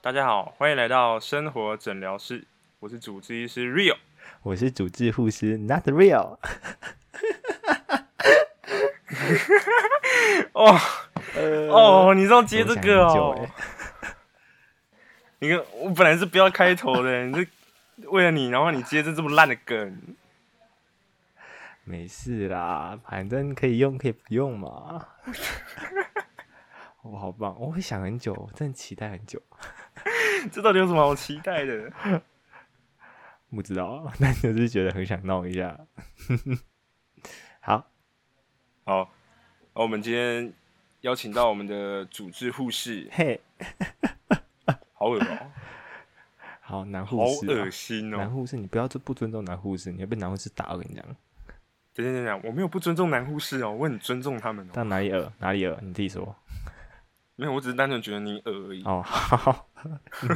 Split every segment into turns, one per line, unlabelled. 大家好，欢迎来到生活诊疗室，我是主治医师 Rio。
我是主治护师 Not Real。
哦
呃，
哦，你知道接这个
我想
哦
很久？欸
你看，我本来是不要开头的， 你这为了你，然后你接这这么烂的梗，
没事啦，反正可以用可以不用嘛。 我好棒，我会想很久，我真的期待很久。
这到底有什么好期待的？
不知道， 但就是觉得很想弄一下。 好，
好，那我们今天邀请到我们的主治护士，
嘿，
好恶哦、
好男
好
护士啊、
恶心哦、
男护士，你不要这不尊重男护士，你会被男护士打。我跟你讲，
等等等等，我没有不尊重男护士哦、我很尊重他们哦、
到哪里恶哪里恶，你自己说。
没有，我只是单纯觉得你恶而已，
哦， 好，你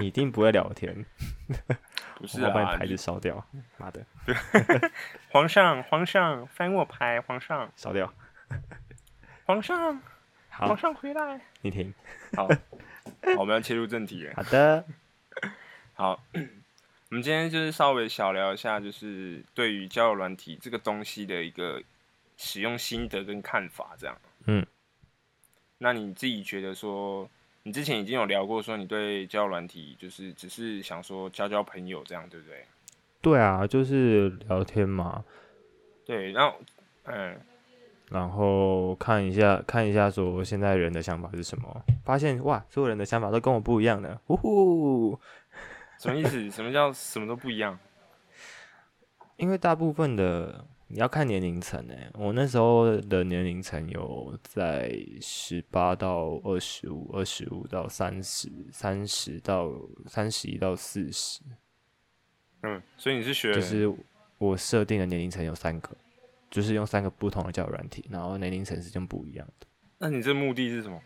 你一定不会聊天，
不 是
我要把
啊
你牌？子
你
烧掉，妈的，
皇上，皇上，翻我牌，皇上，
烧掉。
皇上，
好
皇，上回来。
你停。
好，好，我们要切入正题了。
好的，
好， 我们今天就是稍微小聊一下，就是对于交友软体这个东西的一个使用心得跟看法，这样。
嗯，
那你自己觉得说，你之前已经有聊过说，你对交友软体就是只是想说交交朋友这样，对不对？
对啊，就是聊天嘛，
对，然后，嗯，
然后看一下看一下说现在人的想法是什么，发现哇，所有人的想法都跟我不一样呢，呜呼！
什么意思？什么叫什么都不一样？
因为大部分的你要看年龄层呢，欸我那时候的年龄层有在十八到二十五，二十五到三十，三十到三十一到四十，
嗯，所以你是学
就是我设定的年龄层有三个，就是用三个不同的交友软体，然后年龄层是就不一样。
那你这目的是什么？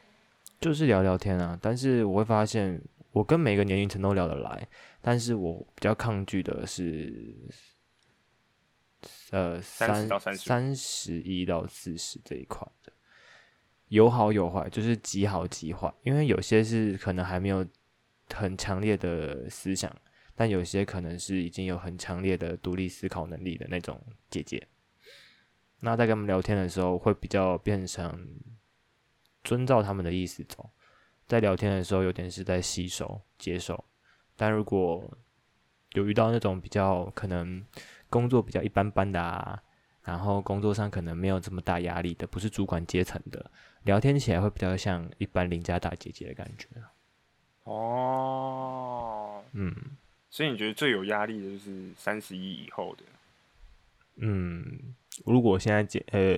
就是聊聊天啊，但是我会发现，我跟每个年龄层都聊得来，但是我比较抗拒的是，呃，
30
三
到35
三十一到四十这一块的，有好有坏，就是极好极坏，因为有些是可能还没有很强烈的思想，但有些可能是已经有很强烈的独立思考能力的那种姐姐。那在跟他们聊天的时候，会比较变成遵照他们的意思走，在聊天的时候有点是在吸收、接受。但如果有遇到那种比较可能工作比较一般般的啊，然后工作上可能没有这么大压力的，不啊是主管阶层的，聊天起来会比较像一般邻家大姐姐的感觉。
哦，
嗯
所以你觉得最有压力的就是三十一以后的，
嗯，如果现在姐呃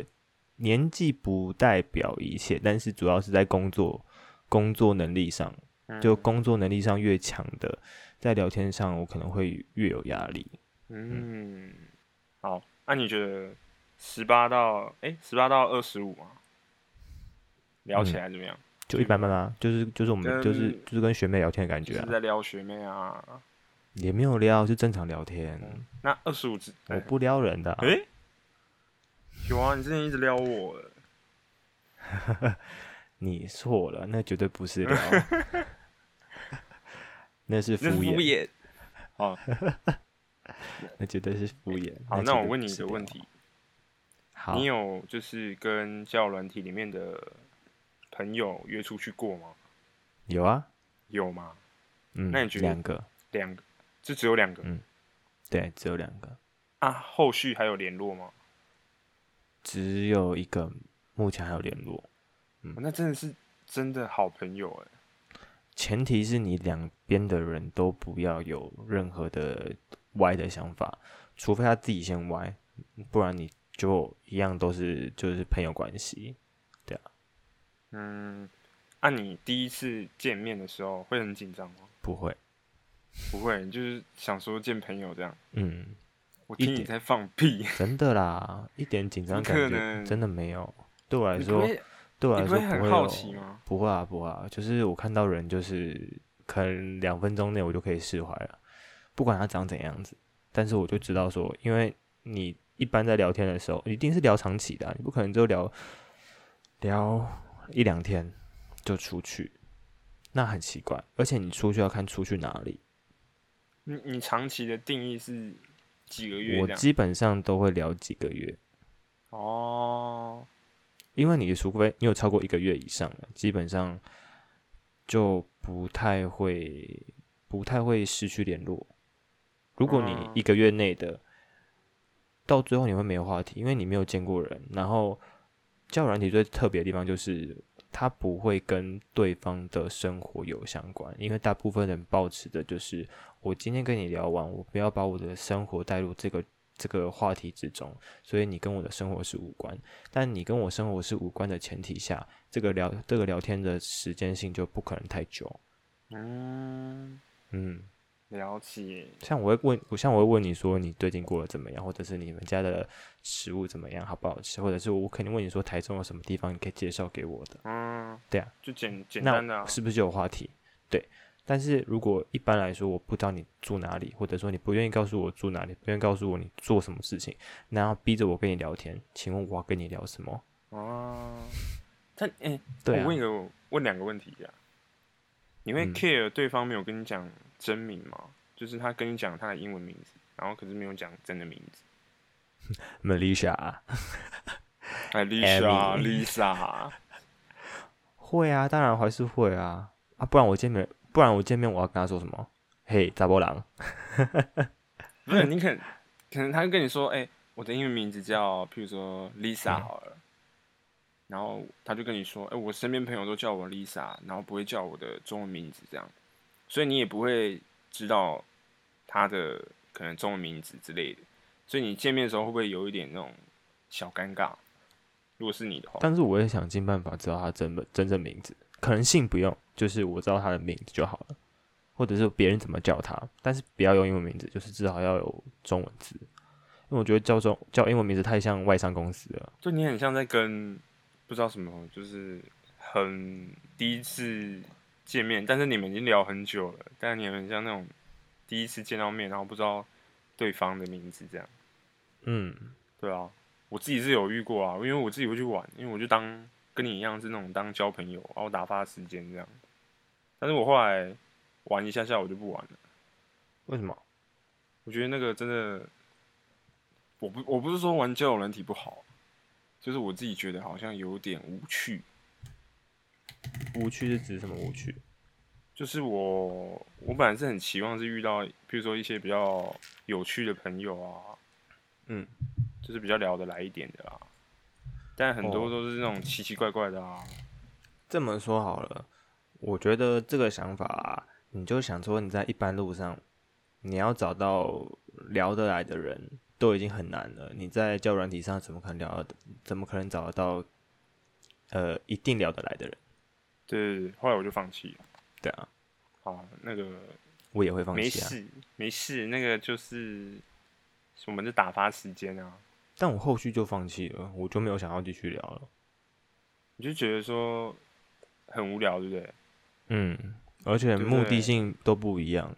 年纪不代表一切，但是主要是在工作工作能力上，
嗯
就工作能力上越强的，在聊天上我可能会越有压力。
嗯，好，那、你觉得十八到哎十八到二十五啊，聊起来怎么样？
就一般般啦，就是就是我们就是
跟
就是跟学妹聊天的感
就
觉
是
啊，
在撩学妹啊。
也没有撩，就正常聊天。
那二十五之
我
哎、
不撩人的啊、
诶有啊，你之前一直撩我，
你错了，那绝对不是撩， 那是敷
那是敷
衍，
衍。
那绝对是敷衍。
好，那
那绝
我
对
问你
不
一
是
个
撩
问，题，
好
你，有就是跟交友软体里面的朋友约出去过吗？
有啊，
有吗？
嗯，
那你觉得
两个？
两个，就只有两个、
嗯对，只有两个，
啊？后续还有联络吗？
只有一个，目前还有联络。
哦那真的是真的好朋友哎、
前提是你两边的人都不要有任何的歪的想法，除非他自己先歪，不然你就一样都是就是朋友关系。
嗯，啊，你第一次见面的时候会很紧张吗？
不会，
不会，你就是想说见朋友这样。
嗯，
我
一
听你
点
在放屁，
真的啦，一点紧张
怎
感
么可
觉
能
真的没有。对我 来
你不
说，
会
对我
你
来
不
说
会
不
很
会
好
有
奇吗？
不会啊，不会啊，就是我看到人，就是可能两分钟内我就可以释怀了，不管他长怎样子，但是我就知道说，因为你一般在聊天的时候，一定是聊长期的啊、你不可能就聊聊一两天就出去，那很奇怪。而且你出去要看出去哪里，
你你长期的定义是几个月
我
这样？
基本上都会聊几个月，
哦，
因为你除非你有超过一个月以上的，基本上就不太会不太会失去联络。如果你
嗯
一个月内的，到最后你会没有话题，因为你没有见过人。然后，交友软体最特别的地方就是它不会跟对方的生活有相关，因为大部分人抱持的就是我今天跟你聊完，我不要把我的生活带入这个这个话题之中，所以你跟我的生活是无关。但你跟我生活是无关的前提下，这个聊这个聊天的时间性就不可能太久。
嗯，
嗯，
了解。
像我会问，我像我会问你说你最近过得怎么样，或者是你们家的食物怎么样，好不好吃，或者是我肯定问你说台中有什么地方你可以介绍给我的，
嗯，
对啊，
就简简
那
单的、啊，
是不是就有话题？对。但是如果一般来说我不知道你住哪里，或者说你不愿意告诉我住哪里，不愿意告诉我你做什么事情，然后逼着我跟你聊天，请问我要跟你聊什么？
哦，但哎、
对
我
啊
问，一个问两个问题呀、你会
嗯
care 对方没有跟你讲真名吗？就是他跟你讲他的英文名字，然后可是没有讲真的名字。
Malaysia 啊、
哎，Lisa，Lisa，
会啊，当然还是会啊啊！不然我见面，不然我见面我要跟他说什么？嘿，杂波郎，
不是你可能可能他会跟你说，哎、我的英文名字叫，譬如说 Lisa 好了，然后他就跟你说，哎、我身边朋友都叫我 Lisa，然后不会叫我的中文名字这样，所以你也不会知道他的可能中文名字之类的，所以你见面的时候会不会有一点那种小尴尬？如果是你的话，
但是我也想尽办法知道他真本真正名字，可能姓不用，就是我知道他的名字就好了，或者是别人怎么叫他，但是不要用英文名字，就是至少要有中文字，因为我觉得叫中叫英文名字太像外商公司了。
就你很像在跟不知道什么，就是很第一次见面，但是你们已经聊很久了，但是你们很像那种第一次见到面，然后不知道对方的名字这样。
嗯，
对啊，我自己是有遇过啊，因为我自己会去玩，因为我就当跟你一样是那种当交朋友，然后打发时间这样。但是我后来玩一下下，我就不玩了。
为什么？
我觉得那个真的，我不我不是说玩交友软体不好，就是我自己觉得好像有点无趣。
无趣是指什么无趣？
就是我，我本来是很期望是遇到，比如说一些比较有趣的朋友啊，
嗯，
就是比较聊得来一点的啦。但很多
哦
都是那种奇奇怪怪的啊，
这么说好了，我觉得这个想法、啊，你就想说你在一般路上，你要找到聊得来的人都已经很难了，你在交友软体上怎么可能聊得，怎么可能找得到，呃，一定聊得来的人？
对。后来我就放弃了。
对啊，
啊，那个
我也会放
没
弃啊。
事没事，那个就是我们就打发时间啊。
但我后续就放弃了，我就没有想要继续聊了。
你就觉得说很无聊，对不对？
嗯，而且
对不
目
对
的性都不一样。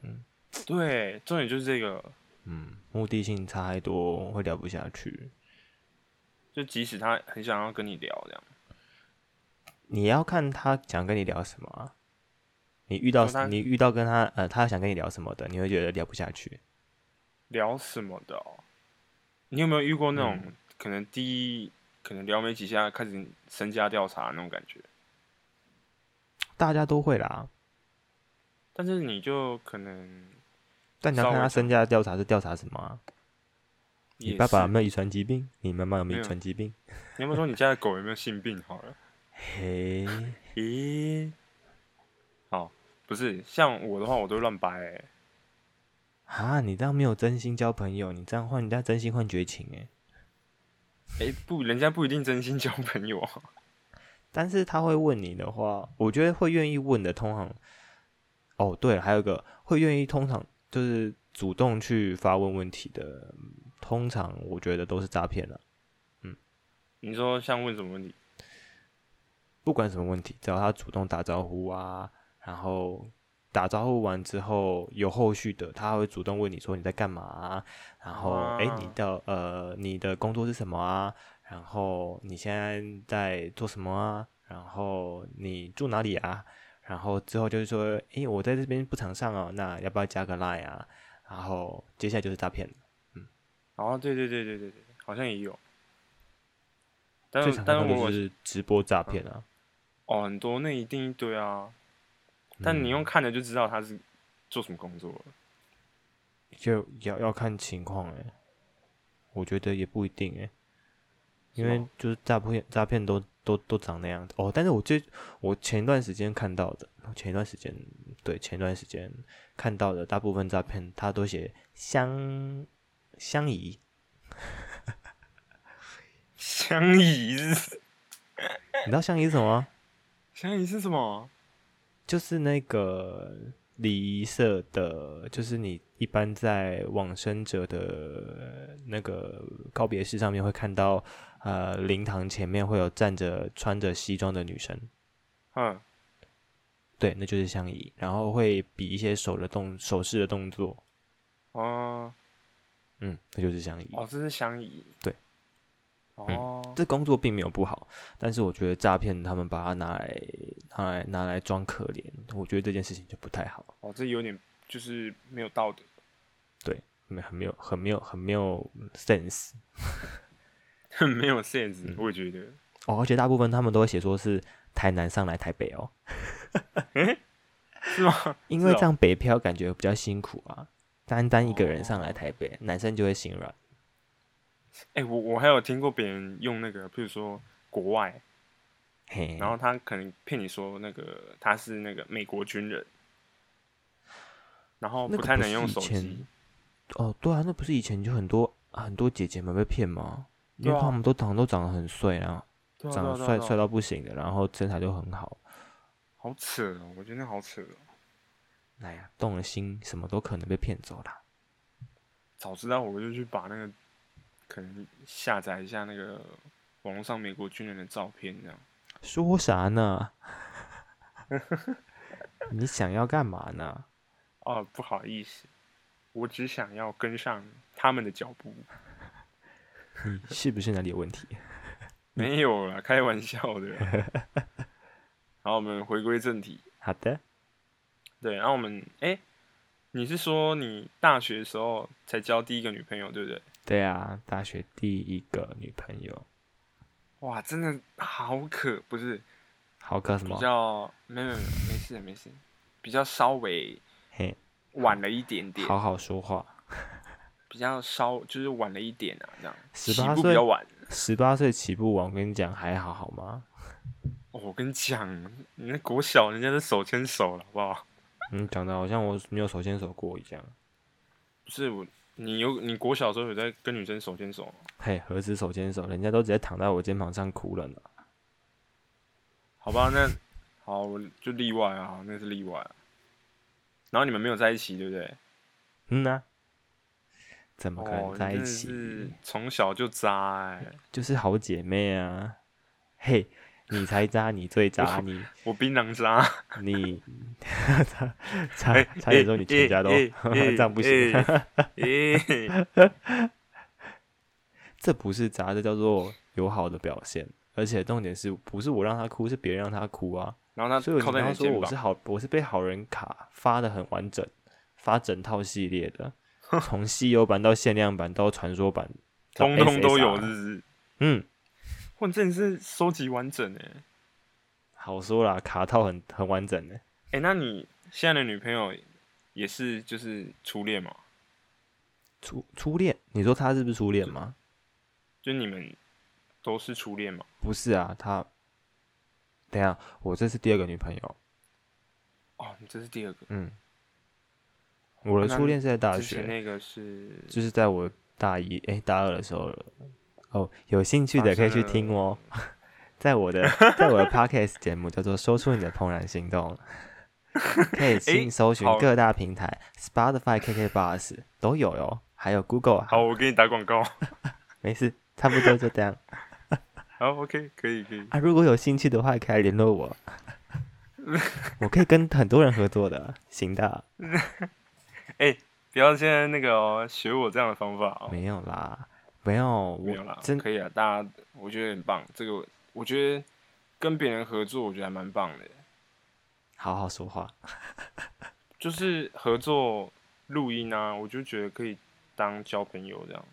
对，重点就是这个。
嗯，目的性差太多，会聊不下去。
就即使他很想要跟你聊这样，
你要看他想跟你聊什么啊。你遇到
说他
你遇到跟他呃，他想跟你聊什么的，你会觉得聊不下去。
聊什么的、哦？你有没有遇过那种、
嗯
可能第一可能聊没几下开始身家调查那种感觉？
大家都会啦，
但是你就可能
但你要
稍
看
微
他
懂
身家调查是调查什么啊？
也
你爸爸有
是
没有遗传疾病？你妈妈有没有
没
遗
有
传疾病？
你有没有说你家的狗有没有性病？好了，
嘿，
咦，好，哦不是像我的话，我都会乱掰、欸，
啊，你这样没有真心交朋友，你这样换人家真心换绝情欸诶、
哎、不，人家不一定真心交朋友啊，
但是他会问你的话，我觉得会愿意问的，通常，哦，对了，还有一个会愿意通常就是主动去发问问题的，通常我觉得都是诈骗了。
你说像问什么问题？
不管什么问题，只要他主动打招呼啊，然后打招呼完之后有后续的，他会主动问你说你在干嘛、啊，然后
啊
诶，你的呃你的工作是什么啊，然后你现在在做什么啊，然后你住哪里啊，然后之后就是说，诶、我在这边不常上哦，那要不要加个 Line 啊？然后接下来就是诈骗了，
哦，对对对对对对，好像也有。但
最
是
常
但
看
是
到
我
就
有
是直播诈骗啊。
哦很多那一定一堆啊，但
嗯
你用看的就知道他是做什么工作了。
就要要看情况哎、我觉得也不一定哎、因
是
为
吗
就是诈骗诈骗都都都长那样子哦。但是我最我前一段时间看到的，前一段时间对前一段时间看到的大部分诈骗，他都写相相宜，
相宜是
你知道相宜是什么吗？
相宜是什么？
就是那个礼仪社的，就是你一般在往生者的那个告别式上面会看到，呃，灵堂前面会有站着穿着西装的女生，
嗯，
对，那就是相宜，然后会比一些手的动手势的动作，
哦
嗯，那就是相宜。
哦，这是相宜。
对。嗯
哦，
这工作并没有不好，但是我觉得诈骗他们把它拿来拿来拿来装可怜，我觉得这件事情就不太好。
哦，这有点就是没有道德。
没很没有很没有很没有 sense，
没
嗯
有 sense，我觉得。
哦，而且大部分他们都会写说是台南上来台北 哦，
嗯是吗？
因
是
为
哦
这样北漂感觉比较辛苦啊，单单一个
哦
人上来台北，男生就会心软。
哎、我我还有听过别人用那个，譬如说国外，
嘿，
然后他可能骗你说那个他是那个美国军人，然后
那
不
个
太
不
能
是
用
以
手
前
机。
哦，对啊，那不是以前就很多很多姐姐们被骗吗？因为
对啊
他们都长都长得很帅啊，
对啊
长
对
得
啊对
帅
啊对啊
帅到不行的，然后身材就很好，
好扯哦，我觉得那好扯哦。
哎呀，动了心，什么都可能被骗走啦。
早知道我就去把那个可能下载一下那个网络上美国军人的照片，这样
说 啥呢？你想要干嘛呢？
哦，不好意思，我只想要跟上他们的脚步。
你是不是哪里有问题？
没有啦，开玩笑的。 好，我们回归正题。
好的，
对，然后我们哎、你是说你大学的时候才交第一个女朋友，对不对？
对啊，大学第一个女朋友，
哇，真的好可，不是
豪哥什
比
么？
较没有没有没有没事没事，比较稍微
嘿，
晚了一点点，
好好说话。
比较稍就是晚了一点啊，这样
18
起步比
岁
较晚。
十八岁起步网，我跟你讲还好好吗？
哦我跟你讲，你那国小人家都手牵手了，好不好？
嗯，讲的好像我没有手牵手过一样。
不是我，你有你国小的时候有在跟女生手牵手吗？
嘿，何止手牵手，人家都直接躺在我肩膀上哭了呢。
好吧，那好，我就例外啊，那是例外、啊。然后你们没有在一起，对不对？
嗯呐、怎么可
哦，
能在
你
一
真的
起？
是从小就渣哎、
就是好姐妹啊。嘿，你才渣，你最渣，你
我槟榔渣，
你 差
哎
差差点说你全家都 这样不行。
欸欸 欸
这不是砸，这叫做友好的表现。而且重点是不是我让他哭，是别人让他哭啊？
然后
所以
他
我
靠
刚
在你
刚
的
说
肩
我是
膀，
好，我是被好人卡发的很完整，发整套系 列的，从稀有版到限量版到传说版，到
通通都有，是
SSR
不是？
嗯，
哇，你真的是收集完整哎、欸。
好说啦，卡套很很完整呢。
哎、那你现在的女朋友也是就是初恋嘛？
初初恋，你说他是不是初恋吗？
就你们都是初恋嘛？
不是啊，他。等一下，我这是第二个女朋友。
哦，你这是第二个，
嗯，我的
那
初
你
恋是在大
之
学
前。那个是
就是在我大一哎、大二的时候了哦，有兴趣的可以去听哦。 在我的在我的 podcast 节目叫做《说出你的怦然心动》，可以
诶
请搜寻
好
各大平台、Spotify、KK Bus 都有哟，还有 Google 啊。
好，我给你打广告。
没事，差不多就这样
好，OK，可以可以。
啊。如果有兴趣的话，可以联 络我，我可以跟很多人合作的，行的。
不要现在那个、哦、学我这样的方法哦。
没有啦，没有，我
没有啦，
真
可以啊，大家我觉得很棒。这个我觉得跟别人合作，我觉得还蛮棒的。
好好说话。
就是合作录音啊，我就觉得可以当交朋友这样。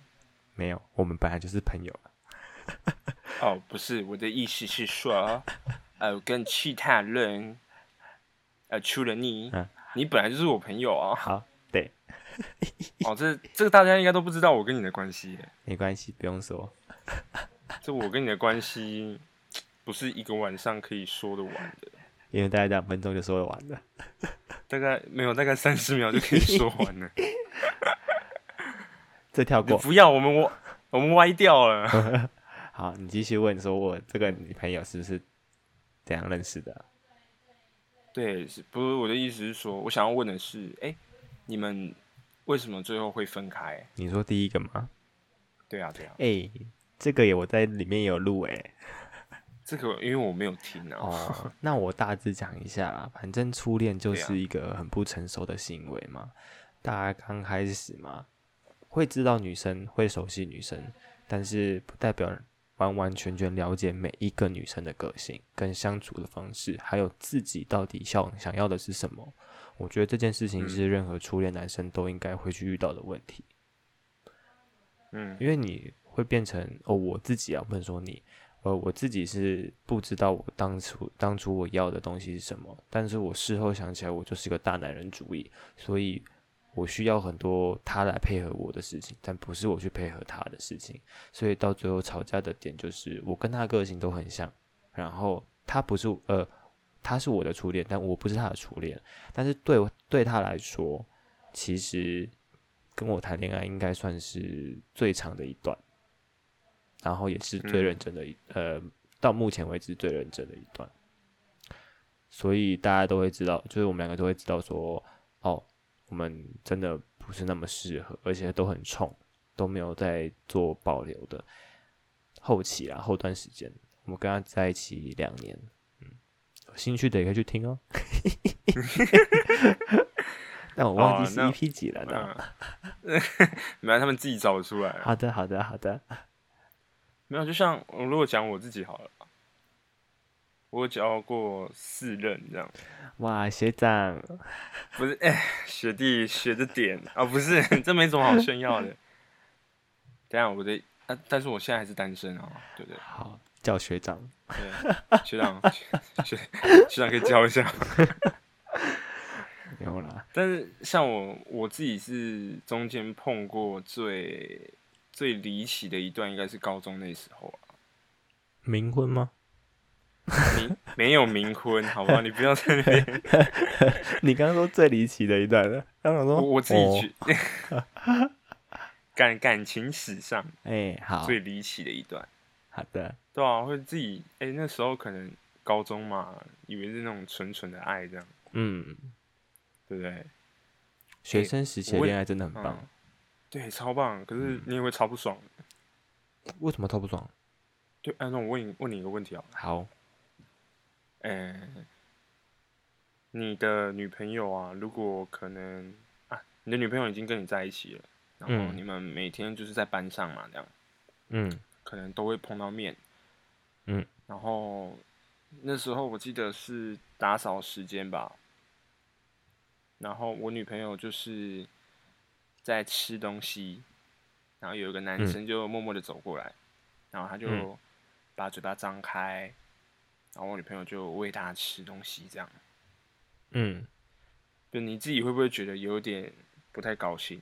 没有，我们本来就是朋友。
哦，不是，我的意思是说，呃，跟其他人，呃，除了你，
嗯
你本来就是我朋友啊。
好，对，
哦，这这个大家应该都不知道我跟你的关系耶，
没关系，不用说。
这我跟你的关系不是一个晚上可以说得完的，
因为大概两分钟就说得完了。
大概没有大概三十秒就可以说完 了。
这跳
你
过。
不要，我们我我们歪掉了。
嗯好，你继续问，说我这个女朋友是不是怎样认识的啊？
对，是不是我的意思是说，我想要问的是，哎、你们为什么最后会分开？
你说第一个吗？
对啊，对啊，
哎、这个也我在里面也有录哎、
这个因为我没有听啊。
哦，那我大致讲一下啦。反正初恋就
对啊
是一个很不成熟的行为嘛，大家刚开始嘛，会知道女生，会熟悉女生，但是不代表完完全全了解每一个女生的个性、跟相处的方式，还有自己到底想想要的是什么。我觉得这件事情
嗯
是任何初恋男生都应该会去遇到的问题。
嗯，
因为你会变成哦，我自己啊，不能说你，呃，我自己是不知道我当初当初我要的东西是什么，但是我事后想起来，我就是个大男人主义，所以我需要很多他来配合我的事情，但不是我去配合他的事情，所以到最后吵架的点就是我跟他的个性都很像，然后他不是呃，他是我的初恋，但我不是他的初恋，但是对我对他来说，其实跟我谈恋爱应该算是最长的一段，然后也是最
嗯
认真的一、呃，到目前为止最认真的一段。所以大家都会知道，就是我们两个都会知道说，哦，我们真的不是那么适合，而且都很冲，都没有在做保留的。后期啦，后段时间，我们跟他在一起两年，嗯，有兴趣的也可以去听哦。 但我忘
哦
记是
那
EP 几了呢。
没有，他们自己找出来了。
好的，好的，好的。
没有，就像我如果讲我自己好了，我有交过四任这样，
哇，学长，
不是？哎、学弟学着点啊，不是， 这没什么好炫耀的。等一下我的啊，但是我现在还是单身啊，对不对？
好，叫学长。
对，学长 学学长可以教一下。
没有啦，
但是像我我自己是中间碰过最最离奇的一段，应该是高中那时候啊。
冥婚吗？
你没 有冥婚，好不好？你不要在那边
你刚刚说最离奇的一段了。刚刚说
我我自己
哦
去、 感感情史上
哎、好
最离奇的一段，
好的，
对啊，会自己哎、那时候可能高中嘛，以为是那种纯纯的爱这样，
嗯，
对不对？
学生时期的
哎我问
恋爱真的很棒。嗯
嗯对，超棒，可是你也会超不爽。嗯
为什么偷不爽？
对，哎、那我问你问你一个问题啊，
好，
哎、你的女朋友啊，如果可能啊，你的女朋友已经跟你在一起了，然后
嗯
你们每天就是在班上嘛，这样
嗯
可能都会碰到面，
嗯，
然后那时候我记得是打扫时间吧，然后我女朋友就是在吃东西，然后有一个男
嗯
生就默默的走过来，然后他就
嗯
把嘴巴张开，然后我女朋友就喂他吃东西，这样，
嗯，
就你自己会不会觉得有点不太高兴？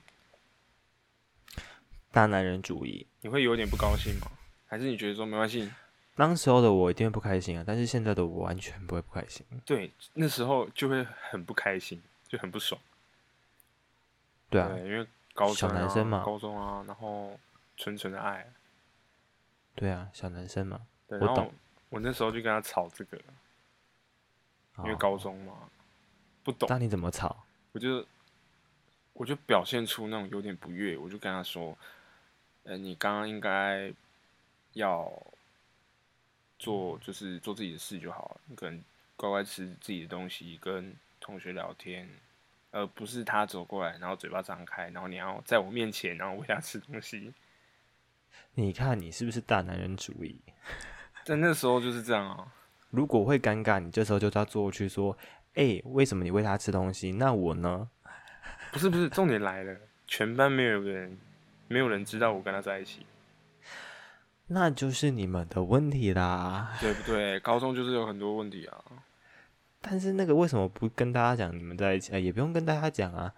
大男人主义。
你会有点不高兴吗？还是你觉得说没关系？
当时候的我一定会不开心啊，但是现在的我完全不会不开心。
对，那时候就会很不开心，就很不爽。
对啊，
因为高
小
中、啊、
男生嘛
高中啊，然后纯纯的爱，
对啊，小男生嘛，
对，
我
然后
懂
我那时候就跟他吵这个，因为
哦
高中嘛，不懂，
那你怎么吵？
我就我就表现出那种有点不悦，我就跟他说，呃，你刚刚应该要做就是做自己的事就好了，你可能乖乖吃自己的东西，跟同学聊天。而不是他走过来，然后嘴巴张开，然后你要在我面前，然后喂他吃东西。
你看你是不是大男人主义？
但那时候就是这样啊，
如果会尴尬，你这时候就要坐过去说：“哎、为什么你喂它吃东西？那我呢？
不是不是，重点来了，全班没有人，没有人知道我跟他在一起，
那就是你们的问题啦。
对不对？高中就是有很多问题啊，
但是那个为什么不跟大家讲你们在一起啊？也不用跟大家讲啊，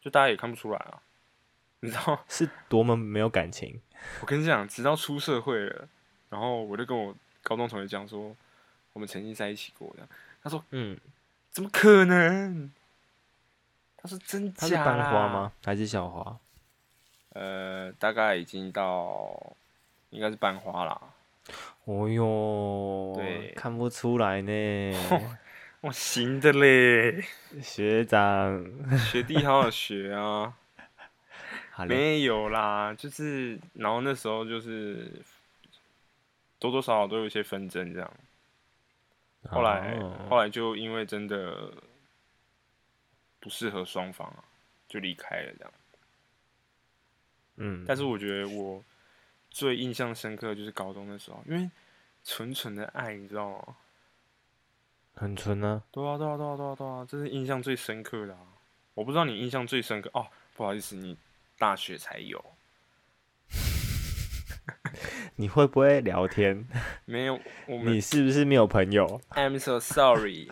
就大家也看不出来啊。 你知道，
是多么没有感情。
我跟你讲，直到出社会了，然后我就跟我高中同学讲说，我们曾经在一起过的。他说
嗯，
怎么可能？他说真
它是
假
班
啦
花？吗？还是校花？
呃，大概已经到应该是班花啦。
哦哟，
对
看不出来 呢，
我、哦行的嘞，
学长。
学弟好好学啊。
好嘞，
没有啦，就是然后那时候就是多多少少都有一些纷争这样。后来、
哦
后来就因为真的不适合双方啊，就离开了这样。
嗯，
但是我觉得我最印象深刻的就是高中的时候，因为纯纯的爱，你知道吗？
很纯呢、
对啊，对啊，对啊，对啊，对啊，这是印象最深刻的啊！我不知道你印象最深刻哦，不好意思，你大学才有，
你会不会聊天？
没有 我们
你是不是没有朋友？
I'm so sorry。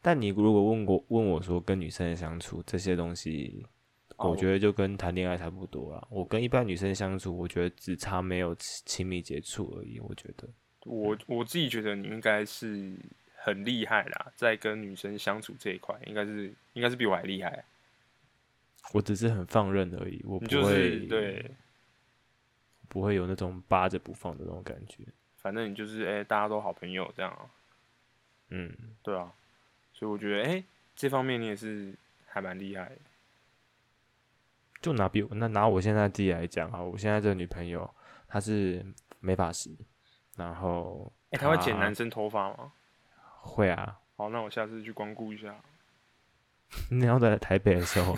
但你如果问过问我说跟女生的相处这些东西，
哦
我觉得就跟谈恋爱差不多啦。我跟一般女生相处，我觉得只差没有亲亲密接触而已。我觉得
我我自己觉得你应该是很厉害啦，在跟女生相处这一块，应该是应该是比我还厉害。
我只是很放任而已，我
你
不
就
会
是对，
不会有那种扒着不放的那种感觉。
反正你就是哎、大家都好朋友这样啊，
嗯，
对啊。所以我觉得哎、这方面你也是还蛮厉害的。
就拿比我那拿我现在自己来讲啊，我现在这个女朋友她是美发师，然后
哎、他会剪
她
男生头发吗？
会啊，
好，那我下次去光顾一下。
你要在台北的时 候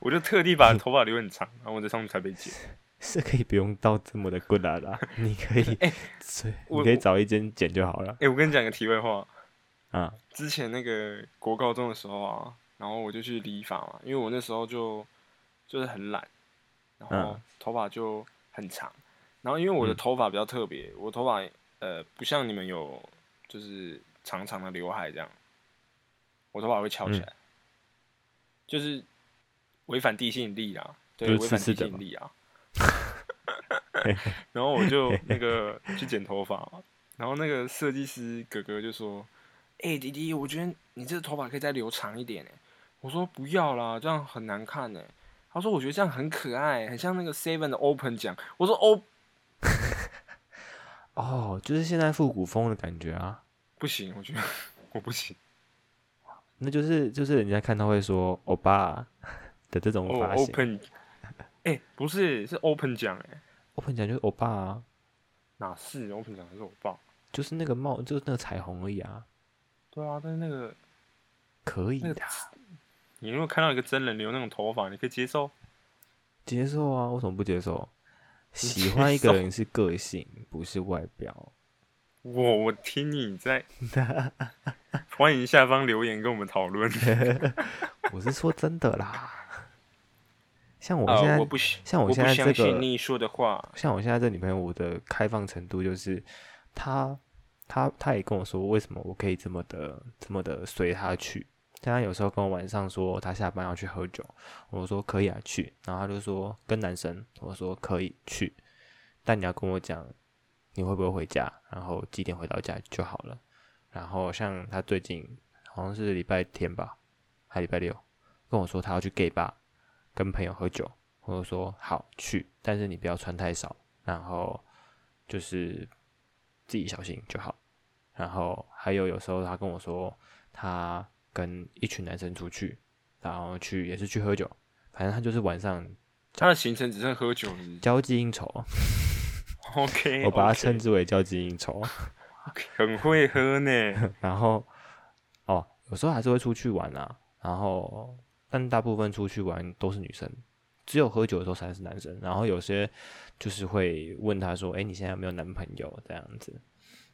我就特地把头发留很长，然后我在上面才被剪。
是可以不用到这么的困难 啦，你可以
哎
随，
我
你可以
我
找一间剪就好了
哎、我跟你讲个题外话，
啊。
之前那个国高中的时候啊，然后我就去理发嘛，因为我那时候就就是很懒，然后
嗯
头发就很长，然后因为我的
嗯
头发比较特别，我头发呃不像你们有就是长长的刘海这样，我头发会翘起
嗯
来，就是违反地心引力啊，对，
就是
违反
刺
地
刺的
心引力 啊。然后我就那个去剪头发嘛，然后那个设计师哥哥就说：“哎、弟弟，我觉得你这个头发可以再留长一点哎。”我说：“不要啦，这样很难看哎。”他说：“我觉得这样很可爱，很像那个 Seven 的 Open 奖。”我说：“O
哦，就是现在复古风的感觉啊，
不行，我觉得 我不行
那就是就是人家看到会说欧巴啊 的这种
哦
发型，
Open。”哎、 不是，是 Open 奖哎，
我跟你讲就是欧巴啊，
哪是 Open 奖还是我爸？
就是那个帽，就是那个彩虹而已啊，
对啊，但是那个
可以
那个
的啊，
你如果看到一个真人留那种头发，你可以接受？
接受啊，为什么不接受？喜
接
欢一个
受
人是个性，不是外表。
我我听你在， 欢迎下方留言跟我们讨论。
我是说真的 啦。像 我
啊，
现在，
我不信，
像
我
我现
不
在
相
这
信
个，
你说的话。
像我现在这女朋友，我的开放程度就是，她，她，她也跟我说，为什么我可以这么的，这么的随她去。但她有时候跟我晚上说，她下班要去喝酒，我说可以啊，去。然后她就说跟男生，我说可以去，但你要跟我讲你会不会回家，然后几点回到家就好了。然后像她最近好像是礼拜天吧，还礼拜六，跟我说他要去 gay bar 跟朋友喝酒，我就说好去，但是你不要穿太少，然后就是自己小心就好。然后还有有时候他跟我说他跟一群男生出去，然后去也是去喝酒，反正他就是晚上
他的行程只剩喝酒是不是
交际应酬，
OK，
我把它
OK，
称之为交际应酬。
很会喝 呢。
然后哦，有时候还是会出去玩啊，然后但大部分出去玩都是女生，只有喝酒的时候才是男生。然后有些就是会问他说：“哎，你现在有没有男朋友？”这样子，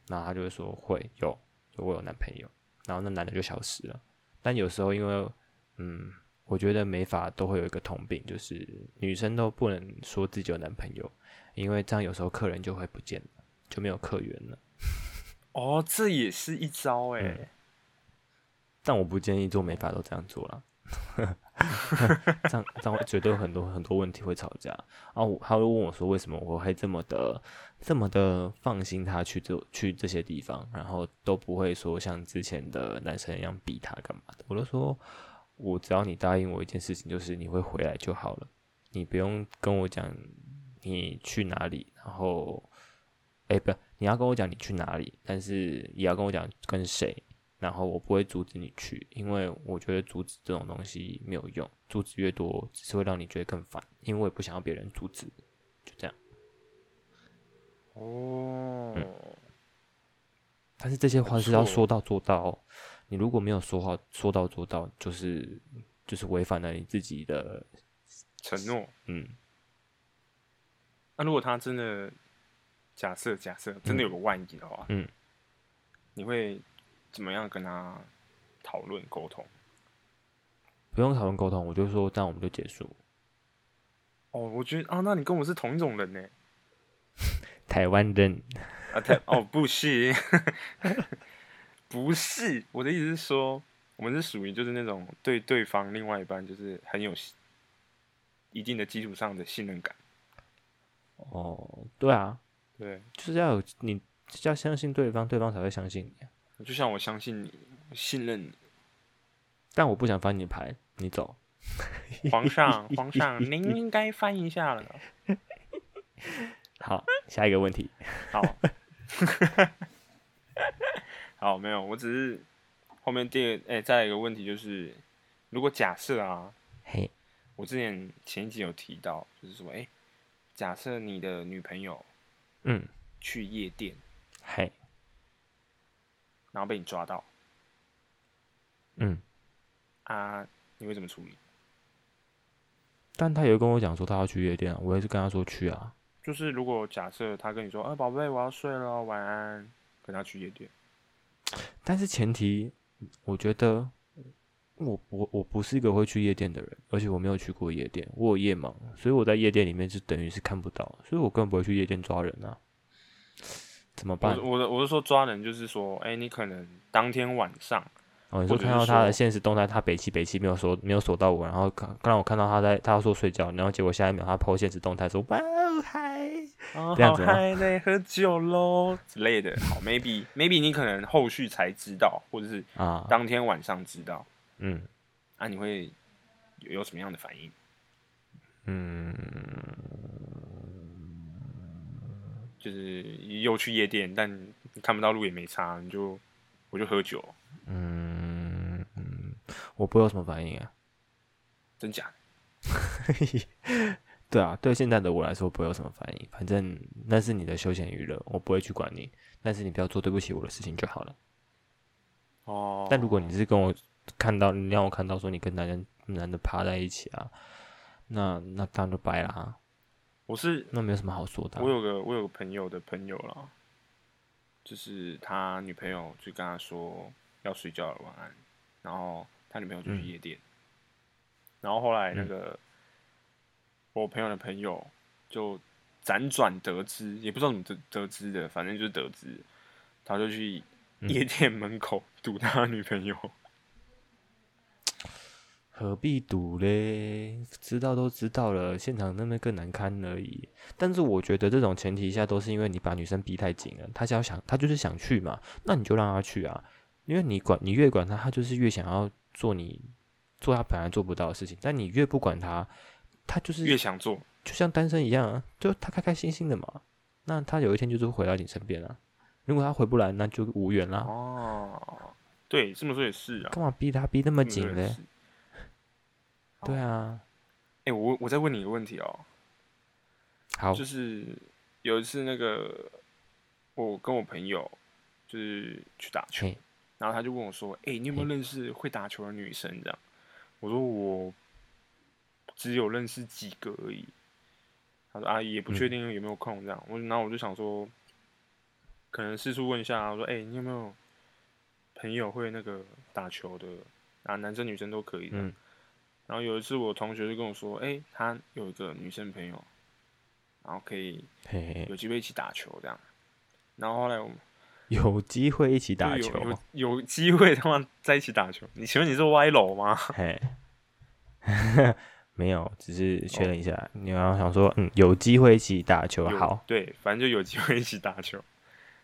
然后他就会说会有，就我有男朋友，然后那男的就消失了。但有时候因为嗯，我觉得美发都会有一个通病，就是女生都不能说自己有男朋友，因为这样有时候客人就会不见了，就没有客源了。
哦，这也是一招哎、
嗯但我不建议做美发都这样做啦， 这样这样绝对有很多很多问题会吵架。啊，我他会问我说为什么我会这么的这么的放心他去这去这些地方，然后都不会说像之前的男生一样逼他干嘛的。我都说我只要你答应我一件事情，就是你会回来就好了，你不用跟我讲你去哪里，然后哎、不，你要跟我讲你去哪里，但是也要跟我讲跟谁，然后我不会阻止你去，因为我觉得阻止这种东西没有用，阻止越多只是会让你觉得更烦，因为我也不想要别人阻止，就这样。嗯
哦，
但是这些话
不
是要
错
说到做到哦，你如果没有说好说到做到，就是就是违反了你自己的
承诺。
嗯
那如果他真的假设假设真的有个万一的话，
嗯，
你会怎么样跟他讨论沟通？
不用讨论沟通，我就说这样我们就结束。
哦，我觉得啊，那你跟我是同一种人呢。
台湾人
啊，太哦，不是， 不是，我的意思是说，我们是属于就是那种对对方另外一半就是很有信一定的基础上的信任感，
哦，对啊，
对，
就是要有你就是要相信对方，对方才会相信你啊。
就像我相信你，我信任你，
但我不想翻你牌，你走。
皇上，皇上，您 应该翻一下了。
好，下一个问题。
好， 好，没有，我只是后面第二，哎、再来一个问题就是，如果假设啊，
嘿，
我之前前一集有提到，就是说，哎、假设你的女朋友
嗯，
去夜店，
嘿，
然后被你抓到
嗯，
啊，你会怎么处理？
但他有跟我讲说他要去夜店啊，我也是跟他说去啊。
就是如果假设他跟你说，啊，宝贝，我要睡了，晚安，跟他去夜店，
但是前提，我觉得我我我不是一个会去夜店的人，而且我没有去过夜店，我有夜盲，所以我在夜店里面是等于是看不到，所以我根本不会去夜店抓人啊。怎么
我
办
是？我的我是说抓人，就是说，哎、你可能当天晚上，
哦，你
或
说
者
看
是
到他的
说
现实动态，他北气北气没有锁没有锁到我，然后刚刚让我看到他在他说睡觉，然后结果下一秒他 PO 现实动态说哇哦嗨，
啊，
这样
好
子吗
嗨嘞，喝酒喽之类的。好，maybe maybe 你可能后续才知道，或者是
啊，
当天晚上知道，
嗯
啊，你会有有什么样的反应？
嗯，
就是又去夜店，但你看不到路也没差，你就我就喝酒，
嗯，嗯，我不会有什么反应啊。
真假的？
对啊，对现在的我来说不会有什么反应，反正那是你的休闲娱乐，我不会去管你。但是你不要做对不起我的事情就好了。
哦
但如果你是跟我看到，你让我看到说你跟男人男的趴在一起啊，那那当然就掰了啊，
我是
那没有什么好说的啊、
我有个我有个朋友的朋友啦，就是他女朋友就跟他说要睡觉了，晚安。然后他女朋友就去夜店，然后后来那个、我朋友的朋友就辗转得知，也不知道怎么得得知的，反正就是得知，他就去夜店门口堵他女朋友。
何必赌嘞？知道都知道了，现场那边更难堪而已。但是我觉得这种前提下，都是因为你把女生逼太紧了，她想要想，她就是想去嘛，那你就让她去啊，因为你管你越管她，她就是越想要做你做她本来做不到的事情，但你越不管她，她就是
越想做，
就像单身一样啊，就她开开心心的嘛，那她有一天就是会回到你身边啊。如果她回不来，那就无缘啦。
哦，对，这么说也是啊，
干嘛逼她逼那啊么
这么
紧
说也
嘞
是？
对啊，
哎、我我再问你一个问题哦、
好，
就是有一次那个我跟我朋友就是去打球
嘿，
然后他就问我说：“哎、你有没有认识会打球的女生？”这样，我说我只有认识几个而已。他说：“啊，也不确定有没有空这样。我然后我就想说，可能四处问一下啊，我说：“哎、你有没有朋友会那个打球的啊，男生女生都可以的。
嗯
然后有一次我同学就跟我说，哎、他有一个女生朋友，然后可以
嘿嘿，
有机会一起打球这样。然后后来我们
有机会一起
就
打
有
球吗，
有有机会他妈在一起打球。你请问你是歪楼吗？
嘿， 没有，只是确认一下。你然后想说，嗯，有机会一起打球，
哦有
好，
对，反正就有机会一起打球。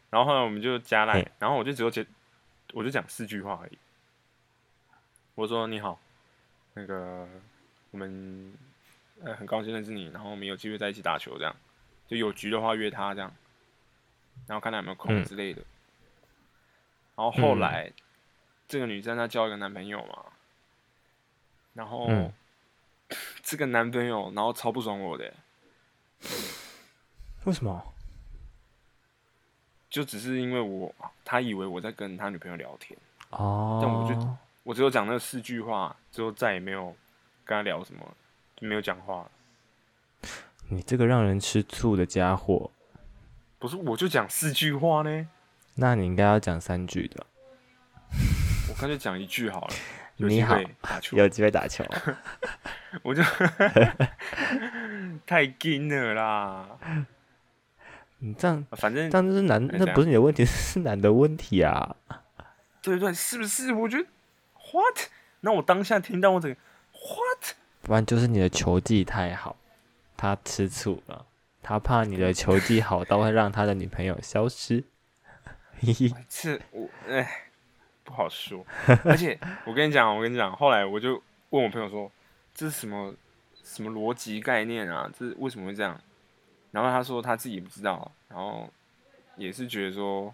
然后后来我们就加来
嘿，
然后我就只有讲，我就讲四句话而已。我说你好，那个我们呃很高兴认识你，然后我们有机会在一起打球，这样就有局的话约他这样，然后看他有没有空
嗯
之类的。然后后
嗯
来、这个女生她交一个男朋友嘛，然后、
嗯
这个男朋友然后超不爽我的欸、
为什么？
就只是因为我他以为我在跟他女朋友聊天，
哦，
但我就我只有讲那四句话，之后再也没有跟他聊什么，就没有讲话了。
你这个让人吃醋的家伙，
不是，我就讲四句话呢，
那你应该要讲三句的。
我干脆讲一句 好了。有
你
机
好
会打球，
有机会 打球，
我就太硬了啦。
你这样
反正
这样就是男，
哎
那
怎
不是你的问题， 是男的问题啊。
对对，是不是？我觉得 what？那我当下听到我整个 what？
不然就是你的球技太好，他吃醋了，他怕你的球技好到会让他的女朋友消失。嘿嘿，
这我哎，不好说。而且我跟你讲，我跟你讲，后来我就问我朋友说，这是什么什么逻辑概念啊？这为什么会这样？然后他说他自己也不知道，然后也是觉得说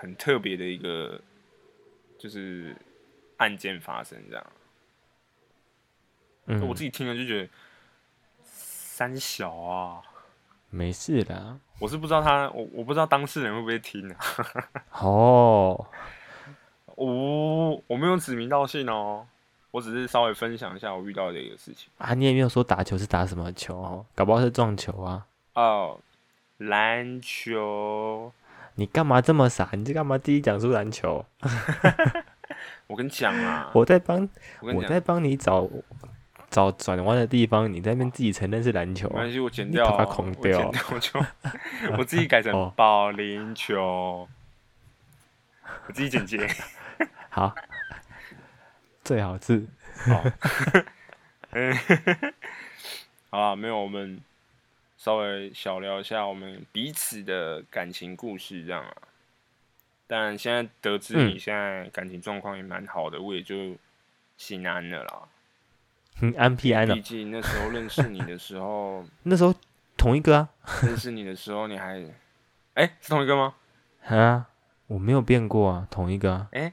很特别的一个就是案件发生这样。
嗯，
我自己听了就觉得三小啊，
没事啦。
我是不知道他，我我不知道当事人会不会听啊。
哦，
哦，我没有指名道姓哦，我只是稍微分享一下我遇到的一个事情
啊，你也没有说打球是打什么球哦，搞不好是撞球啊。
哦。篮球，
你干嘛这么傻？你这干嘛自己讲出篮球？
我跟你讲啊，我
我在帮
跟你
我
讲，
在帮你找找转弯的地方，你在那边自己承认是篮球
没。关系，我剪
你
掉
把它
哦，
孔
我剪
掉
掉我 就我自己改成
哦
保龄球，我自己剪接。
哦好， 最好是
好，嗯，好啦，没有，我们稍微小聊一下我们彼此的感情故事这样啊。但现在得知
嗯
你现在感情状况也蛮好的，我也就心安了啦。
嗯安屁安了
毕。竟那时候认识你的时候，
那时候同一个啊
认识你的时候你还，哎、是同一个吗？
啊，我没有变过啊，同一个啊。
哎、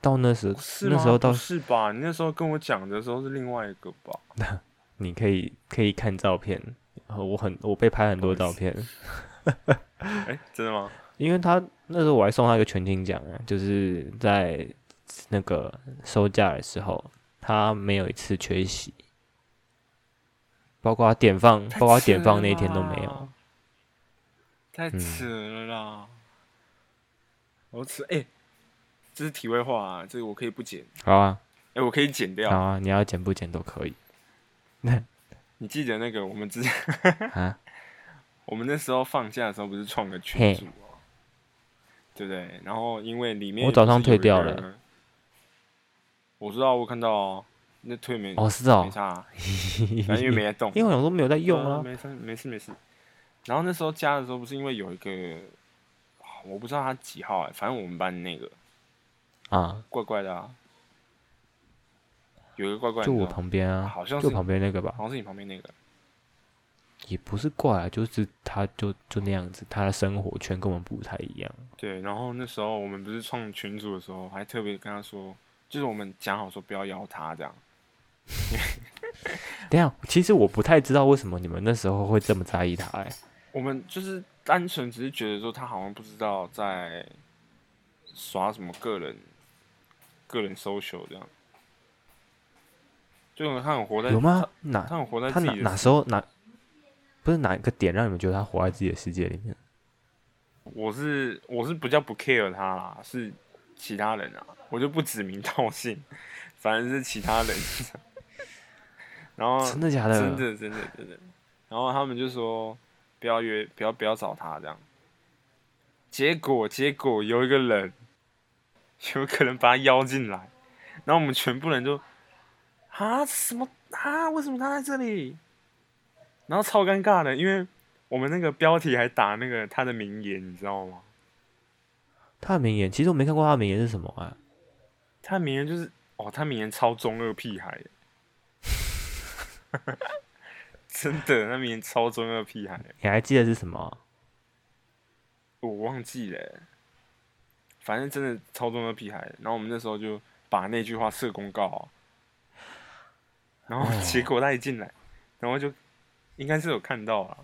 到那时
是吗？
那时候
不
到
是吧？你那时候跟我讲的时候是另外一个吧？
你可以可以看照片，呃我很我被拍很多照片，
哎、真的吗？
因为他那时候我还送他一个全勤奖啊，就是在那个收假的时候，他没有一次缺席，包括他点放，包括他点放那一天都没有。嗯
太扯了啦！我扯哎、这是题外话、啊，这个我可以不剪，
好啊，
哎、我可以剪
好
掉。
啊，你要剪不剪都可以
你记得那个我们之前，
啊。
我们那时候放假的时候不是创个群
嘿
组哦、对不对？然后因为里面
我早上
不是有
退掉
一个，我知道我看到哦，那退没、
哦，是
没
哦，
差、 啊，反正因为没在动，
因为我想说没有在用
嗯
啊。
没事没事没事。然后那时候加的时候，不是因为有一个，啊我不知道他几号哎、反正我们班那个
啊，
怪怪的啊，有一个怪怪的，
就我
你知道吗
旁边啊，
好像是哦
就旁边那个吧，
好像是你旁边那个，
也不是怪啊，就是他就就那样子，他的生活圈跟我们不太一样。
对。然后那时候我们不是创群组的时候，还特别跟他说，就是我们讲好说不要邀他这样，
等一下，其实我不太知道为什么你们那时候会这么在意他、欸，
我们就是单纯只是觉得说他好像不知道在耍什么个人个人 social 这样，就他很活在
有吗？哪
他很活在
他
自
哪
己的
哪时候哪不是哪一个点让你们觉得他活在自己的世界里面？
我是我是比较不 care 他啦，是其他人啊，我就不指名道姓，反正是其他人。然后
真的假
啊真的
的？
真的真的，然后他们就说不要约，不要不要找他这样。结果结果有一个人，有可能把他邀进来，然后我们全部人就啊什么啊？为什么他在这里？然后超尴尬的，因为我们那个标题还打那个他的名言，你知道吗？
他的名言其实我没看过他的名言是什么啊？
他的名言就是哦，他名言超中二屁孩 的，真的，他名言超中二屁孩的。
你还记得是什么啊？
我忘记了欸，反正真的超中二屁孩的。然后我们那时候就把那句话设公告啊，然
哦
后结果他一进来，然后就应该是有看到啊，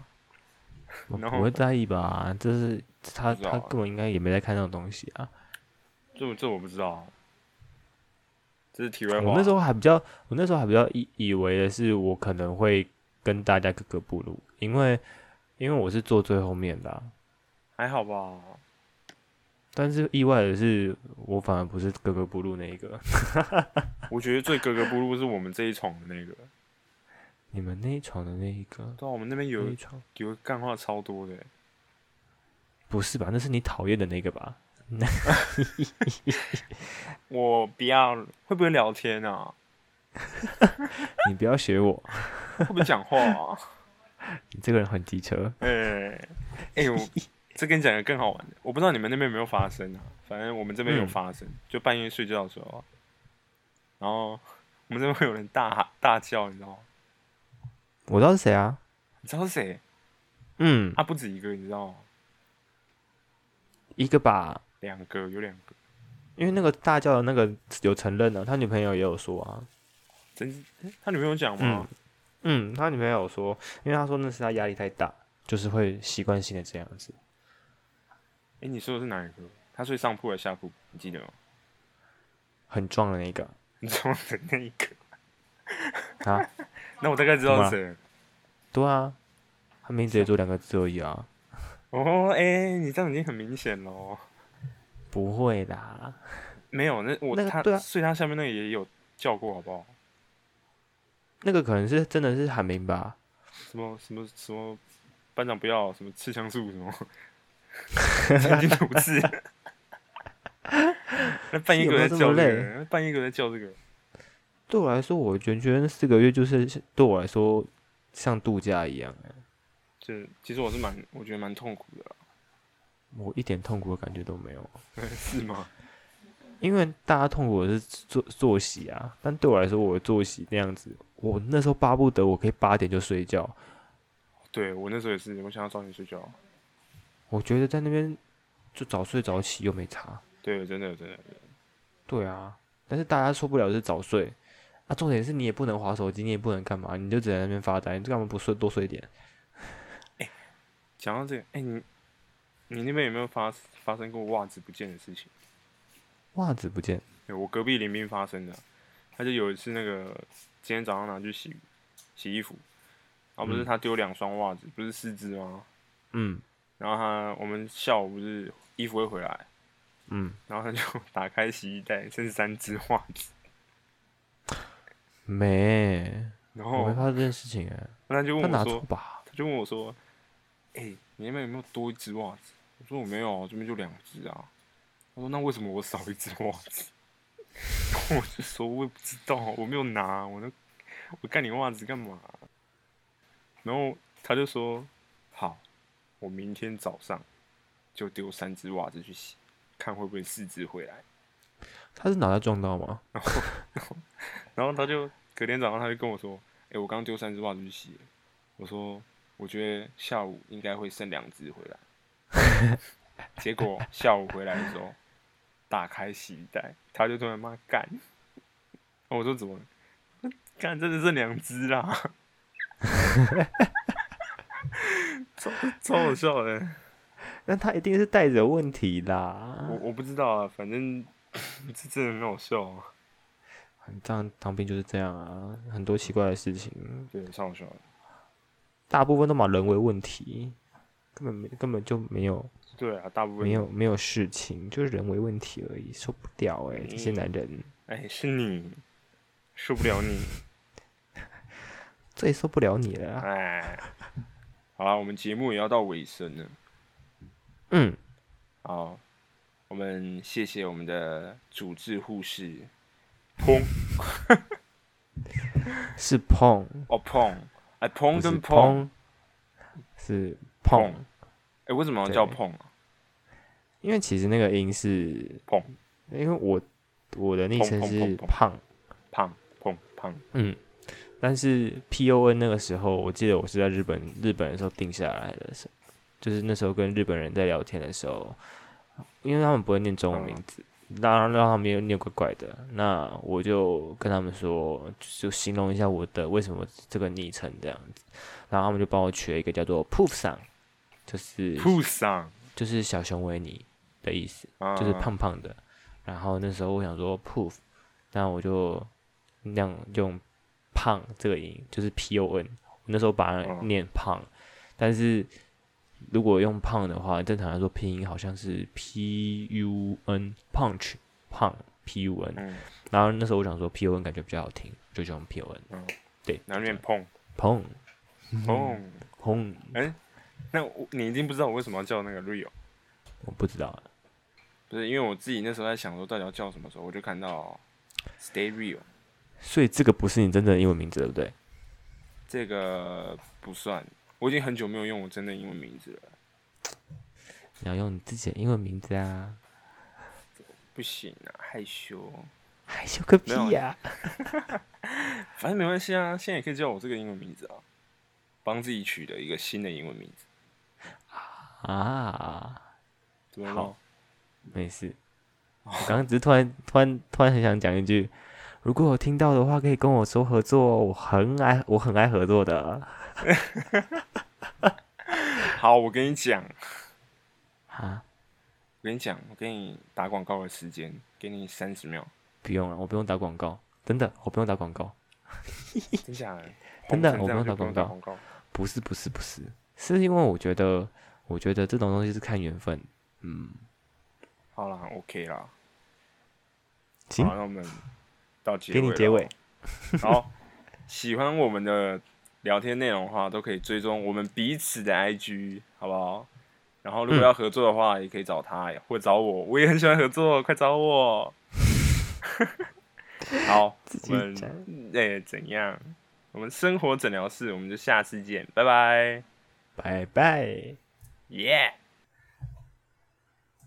我
然
不
后
会在意吧？就是他
不知道
他
啊
根本应该也没在看那种东西啊。
这我这我不知道啊，这是题外话。
我那时候还比较，我那时候还比较以以为的是我可能会跟大家格格不入，因为因为我是坐最后面的啊、
还好吧，
但是意外的是，我反而不是格格不入那一个。
我觉得最格格不入是我们这一床的那个，
你们那一床的那一个，
对啊，我们那边
那
有
一床
有个干话超多的欸，
不是吧？那是你讨厌的那个吧？
我不要了，会不会聊天啊？
你不要学我，
会不会讲话啊？
你这个人很机车。
哎、哎、 我这跟你讲一个更好玩的，我不知道你们那边有没有发生啊，反正我们这边有
嗯
发生，就半夜睡觉的时候啊，然后我们这边会有人大喊 大叫，你知道吗？
我知道是谁啊？
你知道是谁？
嗯，
啊，不止一个，你知道吗？
一个吧，
两个，有两个，
因为那个大叫的那个有承认了，他女朋友也有说啊。
真是嗯他女朋友讲吗？
嗯，他女朋友有说，因为他说那是他压力太大，就是会习惯性的这样子。
哎、你说的是哪一个？他睡上铺还是下铺？你记得吗？
很壮的那个
你说的那一个，
啊，
那我大概知道是谁了。
对啊，他名字也就两个字而已啊，
哦，哎、你这样已经很明显喽。
不会啦，
没有，那我
那个
他
对啊
睡他下面那个也有叫过，好不好？
那个可能是真的是喊名吧，
什么什么什么班长不要什么刺枪术 什么，天津土字， 那半夜
有
狗
没
在叫
有这么
这个
累
人，半夜狗在叫这个人，
对我来说，我觉得那四个月就是对我来说像度假一样、欸，
就是其实我是蛮我觉得蛮痛苦的啦，
我一点痛苦的感觉都没有，
是吗？
因为大家痛苦的是作作息啊，但对我来说，我的作息那样子，我那时候巴不得我可以八点就睡觉，
对我那时候也是，我想要早点睡觉。
我觉得在那边就早睡早起又没差。
对，真的真的，
对啊，但是大家受不了的是早睡啊，重点是你也不能划手机，你也不能干嘛，你就只能在那边发呆，你干嘛不睡多睡一点？
讲到这个，哎、你你那边有没有发发生过袜子不见的事情？
袜子不见，
对我隔壁邻兵发生的，他就有一次那个今天早上拿去洗洗衣服，啊不是
嗯
他丢两双袜子，不是四只吗？
嗯
然后他我们下午不是衣服会回来，
嗯
然后他就 打开洗衣袋，剩三只袜子，
没，
然
我
后
没发生这件事情哎、
他就
他
问
拿
哦我
错
说，
吧？
他就问我说，哎、你那边有没有多一只袜子？我说我没有啊，这边就两只啊。他说那为什么我少一只袜子？ 我就说我也不知道，我没有拿，啊我那我干你袜子干嘛？啊然后他就说好，我明天早上就丢三只袜子去洗，看会不会四只回来。
他是脑袋撞到吗？
然后他就隔天早上他就跟我说：“哎、我刚丢三只袜子去洗了。”我说：“我觉得下午应该会剩两只回来。” 结果下午回来的时候，打开洗衣袋，他就突然骂干。我说：“怎么了？干真的剩两只啦！”超超好笑的、
那他一定是带着有问题啦
我。我不知道啊，反正 这真的很好笑、啊，
这样当兵就是这样啊，很多奇怪的事情，
对，超好笑的。
大部分都嘛人为问题。根本没根本就没有
对啊，大部分
没有没有事情，就是人为问题而已，受不了哎、这些
嗯
男人
哎，是你受不了你，
最受不了你了啊、
哎，好了，我们节目也要到尾声了，
嗯，
好，我们谢谢我们的主治护士，砰
是碰，
哦砰，哎
不
砰
是
跟砰，
碰，是
碰
碰，
哎为什么要叫
对
砰啊？
因为其实那个音是
砰
因为我我的昵
砰
称
砰
是
砰砰
胖，
胖砰胖，
嗯，但是 P O N 那个时候，我记得我是在日本日本的时候定下来的，是就是那时候跟日本人在聊天的时候，因为他们不会念中文名字，当然让他们念念怪怪的，那我就跟他们说，就形容一下我的为什么这个昵称这样子，然后他们就帮我取了一个叫做 Poof 上，就是
铺上
就是小熊维尼的意思。
啊，
就是胖胖的。然后那时候我想说 poof，那我就那样用胖这个音，就是 p o n。我那时候把它
嗯
念胖，但是如果用胖的话，正常来说拼音好像是 p u n punch 胖 p u n。
嗯，
然后那时候我想说 p o n 感觉比较好听，就用 p o n。
嗯
对，
然后那边 砰
砰
砰，
砰，
那我你一定不知道我为什么要叫那个 Rio。
我不知道，
不是因为我自己那时候在想说到底要叫什么时候，我就看到 Stay Real
所以这个不是你真正的英文名字，对不对？
这个不算，我已经很久没有用我真的英文名字了，
你要用你自己的英文名字啊，
不行啊，害羞。
害羞个屁
没有
呀、
反正没关系啊，现在也可以叫我这个英文名字啊，帮自己取的一个新的英文名字，
啊，
怎么
好
了？
没事。我刚刚只是突然突然突然很想讲一句，如果有听到的话，可以跟我说合作哦，我很爱我很爱合作的
好，我跟你讲，我
啊。
跟你讲，我给你打广告的时间，给你三十秒，
不用了，我不用打广告，真的，我不用打广告。
真假的？
真的
啊红成这样
我不用
就
打
不用
广告
打广告。
不是不是不是，是因为我觉得我觉得这种东西是看缘分。嗯，
好啦 o k 啦。
行
好，那我们到结尾
给你
了
结
哦
尾。
好，喜欢我们的聊天内容的话，都可以追踪我们彼此的 IG，好不好？然后如果
嗯
要合作的话，也可以找他，或找我，我也很喜欢合作，快找我。 好，我
己
们
讲
哎、怎样？我们生活诊疗室，我们就下次见，拜拜，
拜拜。
耶、yeah!。